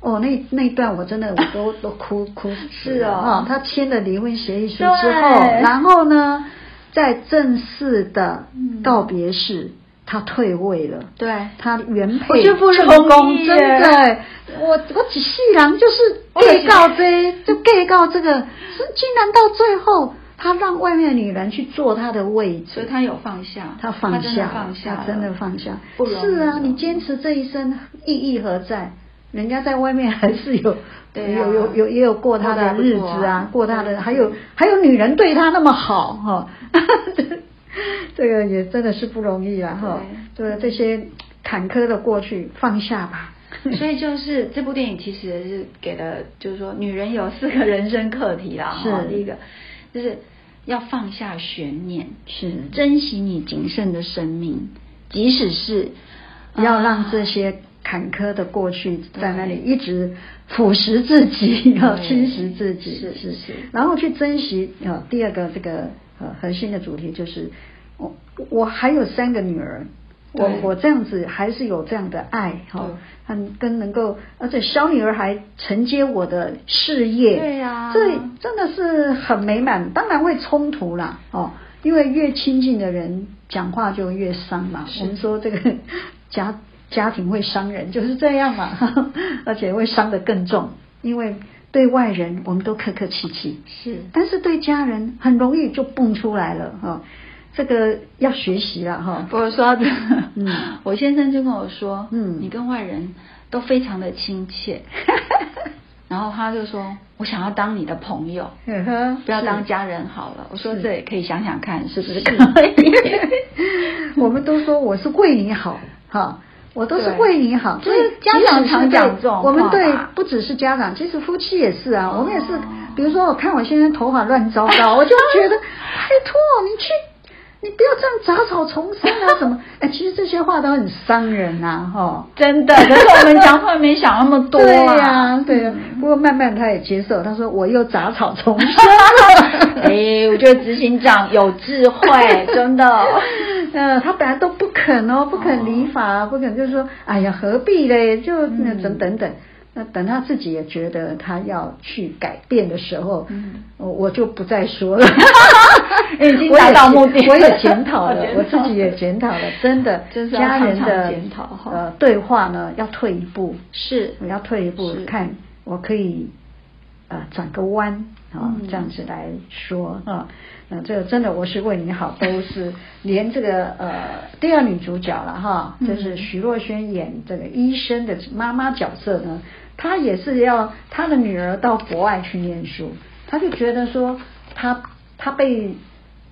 哦，那那一段我真的我 都都哭哭
是
死
哦
了啊、他签了离婚协议书之
对
后，然后呢，在正式的
嗯
告别式，他退位了。
对。
他原
我
配
觉得不容易
正宫
耶
真的，我我只细郎就是
我也
gay 告这，就 gay 告这个，是竟然到最后，他让外面的女人去坐他的位置，
所以他有放下，
他放
真
下
的
了，
放下了，
他真的放下
不容易。
是啊，
哦
你坚持这一生意义何在？人家在外面还是有，
对啊
有有有也有过他的日
过得还不
子
错啊
啊，过他
对
的还有还有女人对他那么好哈， 这个也真的是不容易啊哈。对这些坎坷的过去，放下吧。
所以就是这部电影其实是给了，就是说女人有四个人生课题啦。
是
哈第一个就是要放下悬念，
是
珍惜你仅剩的生命，即使是啊
不要让这
些。
些坎坷的过去
对
在那里一直腐蚀自己，然后侵蚀自己，
是是是
然后去珍惜。呃，第二个这个呃核心的主题就是，我我还有三个女儿。我
对
我这样子还是有这样的爱哈
对，
嗯，跟能够，而且小女儿还承接我的事业，
对呀
这真的是很美满。当然会冲突啦，哦，因为越亲近的人讲话就越伤嘛。我们说这个 家家庭会伤人就是这样嘛， 而且会伤得更重，因为对外人我们都客客气气，
是
但是对家人很容易就蹦出来了哈、这个要学习哦了哈、
我说的，
嗯
我先生就跟我说，
嗯
你跟外人都非常的亲切， 然后他就说，我想要当你的朋友，
呵呵
不要当
是
家人好了。我说
是
这也可以想想看，是不是可以？
我们都说我是为你好，哈，我都是
对
为你好。
就是
即使
家长
是
常
对
讲这种
我们
话
对
吧
不只是家长，其实夫妻也是啊。我们也是
哦，
比如说我看我先生头发乱糟 糟，我就觉得拜托你去。你不要这样杂草丛生啊， 什么？哎，其实这些话都很伤人呐、哈、
真的，可是我们讲话没想那么多
对
啊。
呀、对呀、不过慢慢他也接受，他说我又杂草丛生了。
哎，我觉得执行长有智慧，真的。
呃，他本来都不肯哦，不肯理发，不肯就是说，哎呀，何必嘞？就
嗯
那等等等。那等他自己也觉得他要去改变的时候，
嗯。
我我就不再说了
已经
我也
达到目的
我也检讨了
我检，讨
我自己也检讨了，真的
真，是要
家人
常常
的
检讨哈
呃对话呢要退一步，
是
我要退一步
是
看，我可以呃转个弯啊、
嗯
这样子来说啊，那、这个真的我是为你好，都是连这个呃第二女主角了哈，就是
嗯
徐若瑄演这个医生的妈妈角色呢，她也是要她的女儿到国外去念书，她就觉得说她她被。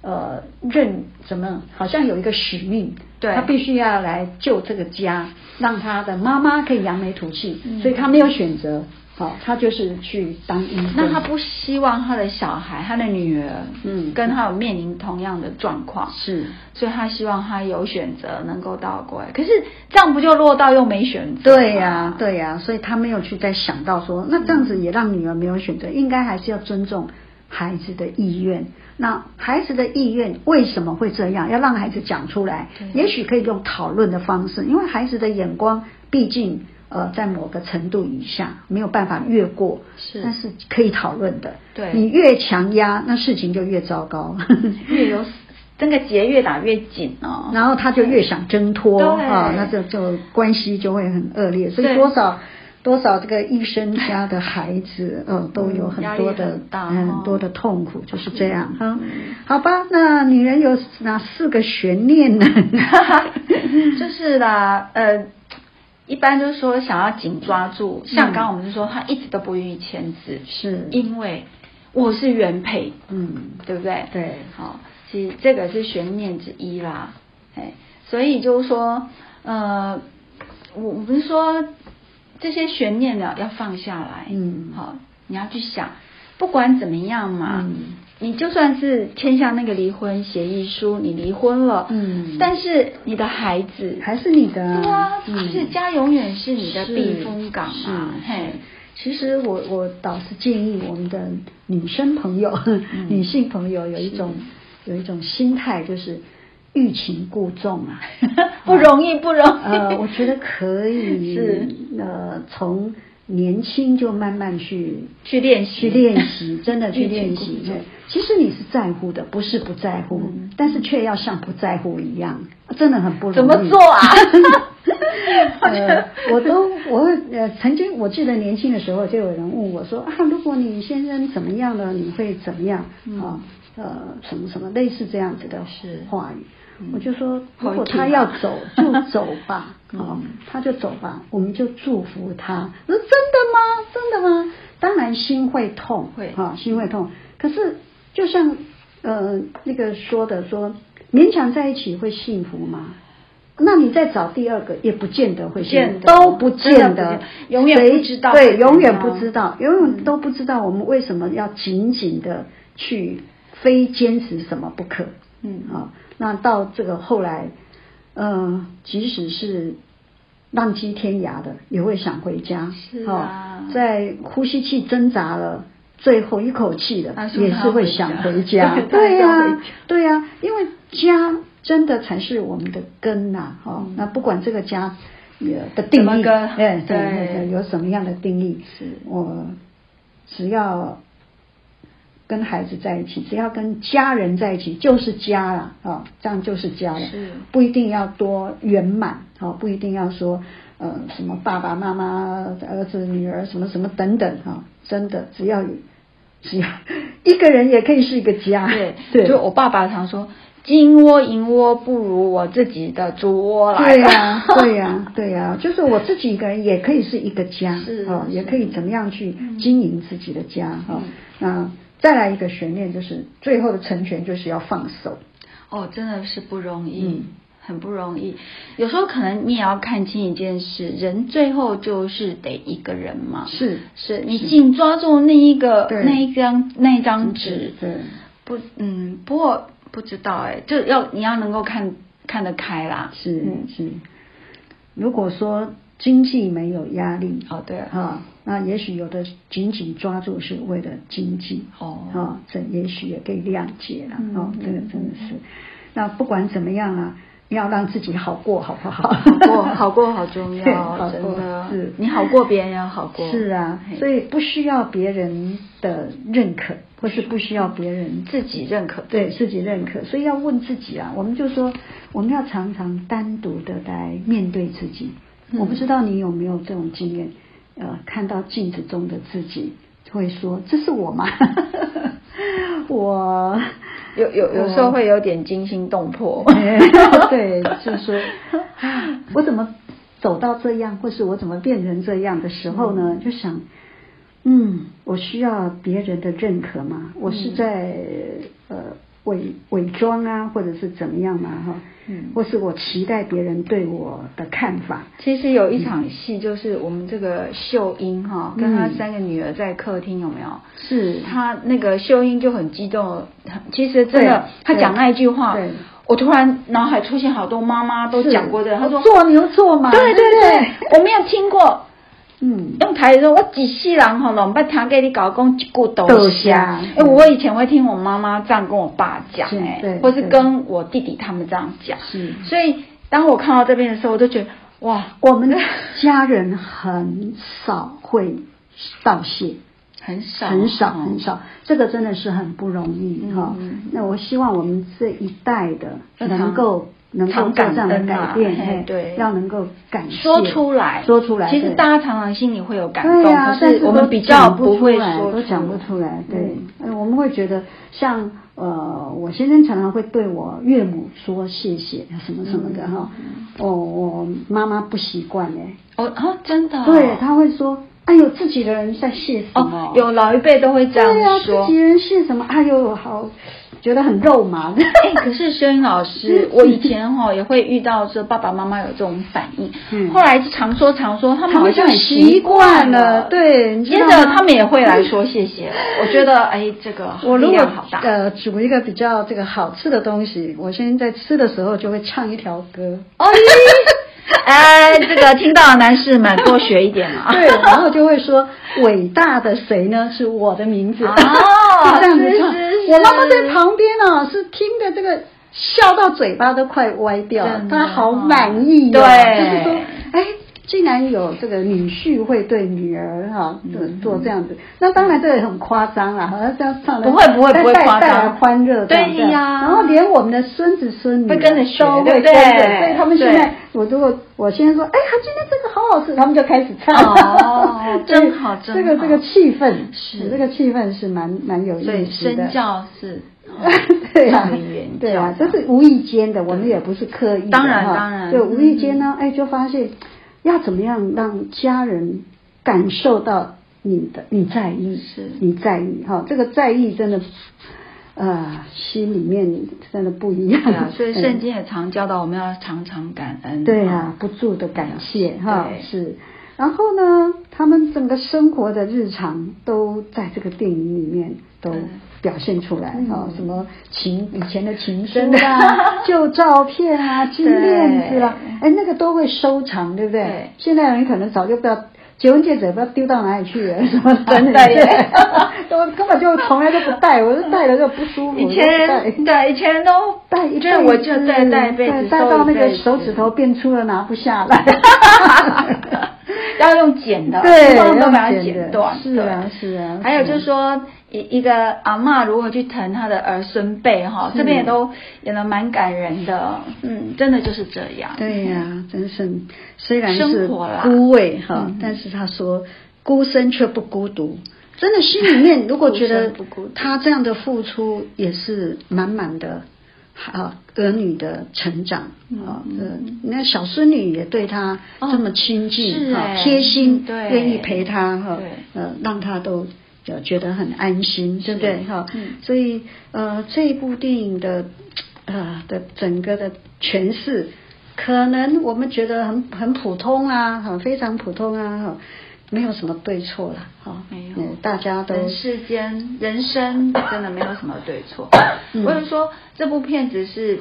呃，认怎么好像有一个使命，
对
她必须要来救这个家，让她的妈妈可以扬眉吐气，
嗯
所以她没有选择，好、她就是去当医生。
那他不希望他的小孩、他的女儿，
嗯
跟他有面临同样的状况，
是
所以他希望他有选择，能够到国外。可是这样不就落到又没选择吗？
对呀、对呀、所以她没有去再想到说，那这样子也让女儿没有选择，应该还是要尊重孩子的意愿。那孩子的意愿为什么会这样？要让孩子讲出来，
对
也许可以用讨论的方式，因为孩子的眼光毕竟呃在某个程度以下没有办法越过，
是
那是可以讨论的。
对
你越强压，那事情就越糟 糕。
越有那个结越打越紧哦。
然后他就越想挣脱
对
啊，那这就关系就会很恶劣，所以
对
多少多少这个医生家的孩子，呃，都有很多
嗯压力
的
很大嗯
嗯
哦
很多的痛苦，就是这样哈。好吧，那女人有哪四个悬念 呢？
就是啦，呃，一般就是说想要紧抓
嗯
住，像刚刚我们就说他一直都不愿意签字，
是，
因为我是原配，
嗯，
对不对？
对
好，其实这个是悬念之一啦，哎，所以就是说，呃，我我们说这些悬念呢要放下来，
嗯
哎好，你要去想，不管怎么样嘛，
嗯
你就算是签下那个离婚协议书，你离婚了，
嗯
但是你的孩子
还是你的
对啊，
嗯
是家永远是你的
是
避风港嘛，
是
嘿，，
其实我我倒是建议我们的女生朋友、女性朋友有一种有一种心态，就是欲擒故纵 啊
不容易，不容易。
呃，我觉得可以
是
呃，从年轻就慢慢去
去练
去
习
练 习，真的去练
欲擒
习
故。纵
对，其实你是在乎的，不是不在乎，
嗯
但是却要像不在乎一样，真的很不容易。
怎么做啊？
呃，我都我会呃，曾经我记得年轻的时候，就有人问我说啊，如果你先生怎么样了，你会怎么样啊？呃，什么什么类似这样子的
嗯是嗯
话语，我就说，
好
如果
听
他
啊
要 走就走吧，
嗯
哦，他就走吧，我们就祝福他。我说真的吗？真的吗？当然心会痛，
会
啊，心会痛。可是就像呃那个说的说，勉强在一起会幸福吗？那你再找第二个也不见得会幸
不见
福，
得
都不见
真的
得
不见，永远
谁
不知道嗯会
对，
怎样
永远不知道，永远都不知道我们为什么要紧紧的去非坚持什么不可。
嗯
啊、那到这个后来，呃，即使是浪迹天涯的，也会想回家。
是啊
哦，在呼吸器挣扎了。最后一口气的
他，啊说
也
他
是
要
会
回
想
家。
回 家 对呀、
他要回家
对呀、因为家真的才是我们的根呐、哈、哦
嗯
那不管这个家呃的定
怎么
义，
个
哎
对
对对，有什么样的定义，
是
我只要跟孩子在一起，只要跟家人在一起就是家了啊、哦，这样就是家了
是，
不一定要多圆满哦，不一定要说呃什么爸爸妈妈、儿子、女儿什么什么等等哈、哦，真的只要有只要 一个人也可以是一个家，
对，
对，
就我爸爸常说，金窝银窝不如我自己的猪窝来。
对啊呀、对呀、对呀、就是我自己一个人也可以是一个家，
是
哦，
是嗯
也可以怎么样去经营自己的家哈、哦。那再来一个悬念，就是最后的成全就是要放手，
哦，真的是不容易，
嗯
很不容易。有时候可能你也要看清一件事，人最后就是得一个人嘛。
是
是你紧抓住那一个
对
那一张那一张纸，
对，
不，嗯，不过不知道哎、就要你要能够看看得开啦。
是、
嗯，
是。如果说经济没有压力，
哦对
哈、那也许有的紧紧抓住是为了经济，
哦
啊、这也许也可以谅解了，
嗯
哦，这个
嗯
真的是。那不管怎么样啊，要让自己好过，好不好？
好过好过 好重
对
要，
好
真
过
的，
是
你好过，别人也要好过。
是啊，
嘿
所以不需要别人的认可，或是不需要别人
自己认可。
对自己认可，所以要问自己啊。我们就说，我们要常常单独的来面对自己。
嗯
我不知道你有没有这种经验，呃，看到镜子中的自己，会说：“这是我吗？” 我
有有有时候会有点惊心动魄。
哎对，就是说，啊我怎么走到这样，或是我怎么变成这样的时候呢？就想，嗯，我需要别人的认可吗？我
嗯
是在、呃伪伪装啊，或者是怎么样嘛、哈，
嗯
或是我期待别人对我的看法，
其实有一场戏，就是我们这个秀英哈、跟她
嗯
三个女儿在客厅有没有？
是
她那个秀英就很激动，很其实真的，她
对
讲那一句话
对，
我突然脑海出现好多妈妈都讲过的，她说
我做牛做马，
对对
对
对，，我没有听过。
嗯，
用台语说，我几世人吼，拢捌听过你搞讲一句豆
豆
虾
虾。
哎，我以前会听我妈妈这样跟我爸讲，
是
哎
对，
或是
对
跟我弟弟他们这样讲。
是
所以当我看到这边的时候，我就觉得哇，
我 们的家人很少会道谢。
很少
很少
哦
很少，这个真的是很不容易
嗯
哈、
嗯
那我希望我们这一代的
要
能
常
够能够
常
做这样的
感恩啊
改变，
嘿
嘿
对
要能够感谢
说出来，
说出来。
其实
对
大家常常心里会有感动，
对呀、
可
但
我
都
们比较
讲不
不会
出来
说
都讲不
出
出来。对
嗯，
呃我们会觉得像呃，我先生常常会对我岳母说谢谢什么什么
嗯
的哈、哦，我妈妈不习惯哎，
哦啊，真的哦、
对，她会说。哎呦，自己的人在谢什么？
哦，有老一辈都会这样
对啊，
说
自。己人是什么？哎呦，好，觉得很肉 麻。
哎，可 是修英老师，我以前哈、也会遇到说爸爸妈妈有这种反应，
嗯
后来常说常说，他们好像
很习
惯
惯了，对。你知
接
道
着
吗
他们也会来说谢谢了。 我觉得哎，这个
我如
力
果
量好大，
呃煮一个比较这个好吃的东西，我现在在吃的时候就会唱一条歌，
哦，咦 哎，这个听到的男士们多学一点啊嘛。
对，然后就会说伟大的谁呢？是我的名字。
哦
就 这样子唱。
是是是
我妈妈在旁边啊，是听的这个笑到嘴巴都快歪掉了
真，的
她好满意、哦。
对
就是说，哎。竟然有这个女婿会对女儿哈、做
嗯
做这样子，那当然这也很夸张啦，好像这样唱的
不会不会不会
带
夸张
带来欢乐这样
对呀
这样然后连我们的孙子孙女啊
会跟着学
都
对
会
不
跟着，
对
所以他们现
对
在我如果我先生说，哎，他今天这个好好吃，他们就开始唱。
哦
对
真好真
这个
好
这个气氛
是
这个气氛是蛮蛮有意思
所
的。
以身教是
对啊
重于言，
对啊，
教
这是无意间的，我们也不是刻意的
当然
哈
当然嗯
对，无意间呢，哎，就发现要怎么样让家人感受到你的你在意，
嗯是
你在意哈，这个在意真的。呃，心里面真的不一样
对啊，，所 以
对
圣经也常教导我们要常常感恩。
对啊，不住的感谢哈
对，
是。然后呢，他们整个生活的日常都在这个电影里面都
嗯
表现出来哈、什么情以前的情书
真的
啊、旧照片啊、金链子啦、
对
哎，那个都会收藏，对不对？
对
现在人可能早就不知道。结婚戒指也不知道丢到哪里去 了，什么
真的耶
都根本就从来都不戴，我就戴了就不舒服。
以
就不戴
前对以前都
戴一
就是
辈
我
子
就戴戴一辈子，
戴
收
到
一
那
辈
个
子
手指头变粗了拿不下来。
要用剪的，
对
通通都把它
要剪的
剪断。
是啊是啊
还有就是
啊
说。说一一个阿嬷如何去疼她的儿孙辈哈，这边也都演的蛮感人的，嗯，真的就是这样。
对呀、真是虽然是
生活啦
孤位哈
嗯，
但是他说孤身却不孤独，真的心里 面如果觉得
孤身不孤独
他这样的付出也是满满的啊儿女的成长啊，呃那小孙女也对他
嗯哦
这么亲
是
近啊
哎，
贴心
嗯，对
愿意陪他哈
对，
呃，让他都。呃觉得很安心，对不对
是
哈？
嗯
所以呃，这一部电影的呃的整个的诠释，可能我们觉得很很普通啊，哈，非常普通啊，哈，没有什么对错啦，哈，
没有
嗯大家都
人世间人生真的没有什么对错，
嗯
我是说这部片子是，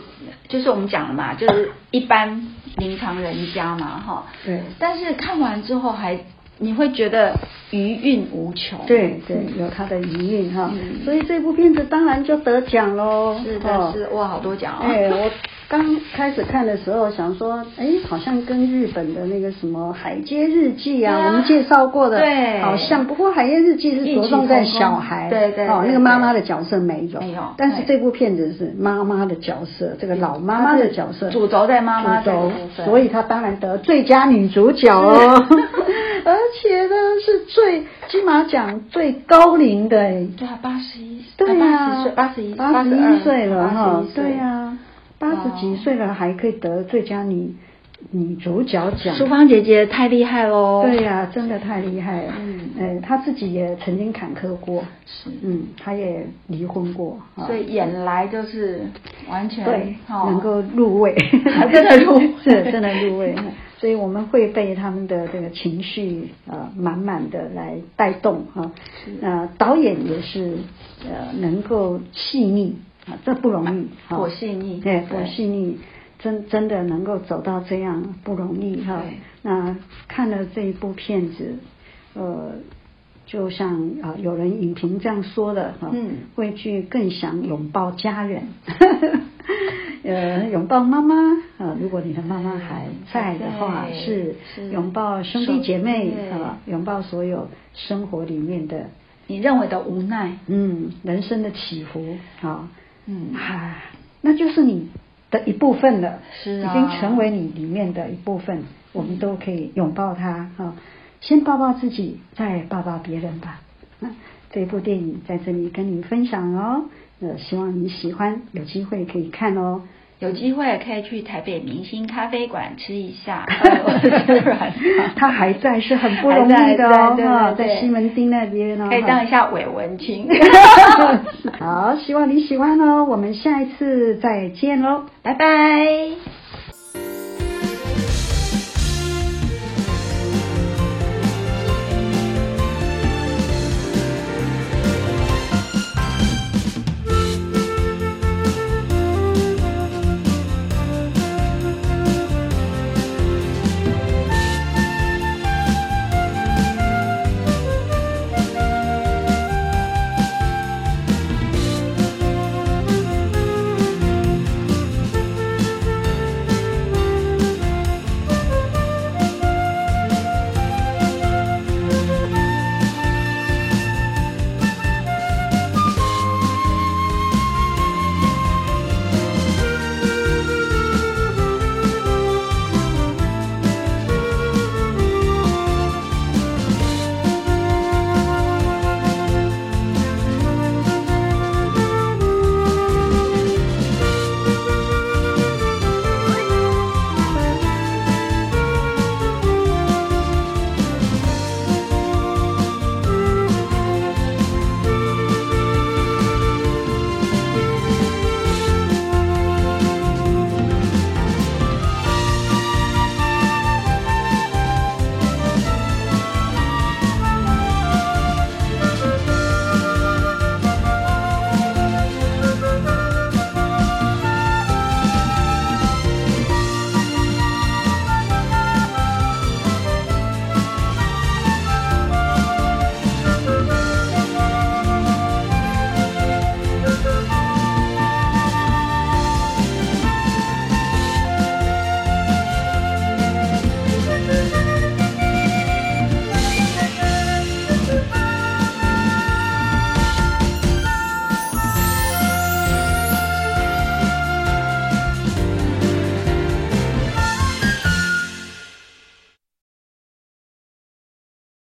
就是我们讲了嘛，就是一般平常人家嘛哈，
对
但是看完之后还你会觉得余韵无穷，
对对有他的余韵哈
嗯，
所以这部片子当然就得奖喽，
是
哦
的是哇，好多奖哦，
哎，我刚开始看的时候想说，哎，好像跟日本的那个什么《海街日记》啊，
对啊
我们介绍过的，
对
好像。不过《海街日记》是着重在小孩，
异曲同工对对
哦，
对
那个妈妈的角色没有，
没有
但是
对
这部片子是妈妈的角色，这个老妈妈的角色，
主轴在妈妈
主
这个
轴
部，分
所以她当然得最佳女主角哦。 而且呢，是最金马奖最高龄的哎，
对啊，八十一，啊
对
八十
呀
岁，，八十一，
八十
二
一岁了哈，对啊
呀、
呀，八十几岁了还可以得最佳女女主角奖，
淑芳姐姐太厉害喽！
对呀，真的太厉害了。
嗯
嗯，她自己也曾经坎坷过，
是，
嗯，她也离婚过，啊
所以演来就是完全
对，
哦，
能够入味
真的入味
是真的入味。所以我们会被他们的这个情绪呃满满的来带动哈。呃，导演也是呃能够细腻啊，这不容易，哈
颇细腻
对，
对
颇细腻。真真的能够走到这样不容易哈
对。
那看了这一部片子，呃，就像啊、有人影评这样说的哈，
嗯
会去更想拥抱家人， 呃，拥抱妈妈啊、呃如果你的妈妈还在的话，
对
是
是
拥抱兄弟姐妹
对
啊、呃拥抱所有生活里面的
你认为的无奈，
嗯人生的起伏啊，
嗯，
啊，那就是你的一部分了，
是啊
已经成为你里面的一部分，我们都可以拥抱它啊，先抱抱自己，再抱抱别人吧。那这部电影在这里跟你分享哦，呃，希望你喜欢，有机会可以看 哦。
有机会可以去台北明星咖啡馆吃一 下，哎我吃软糖
他还在是很不容易的哦
还在，对
哈
对对
在西门町那边哦。
可以
哈
当一下伪 文青。
好，希望你喜欢哦，我们下一次再见喽。
拜拜。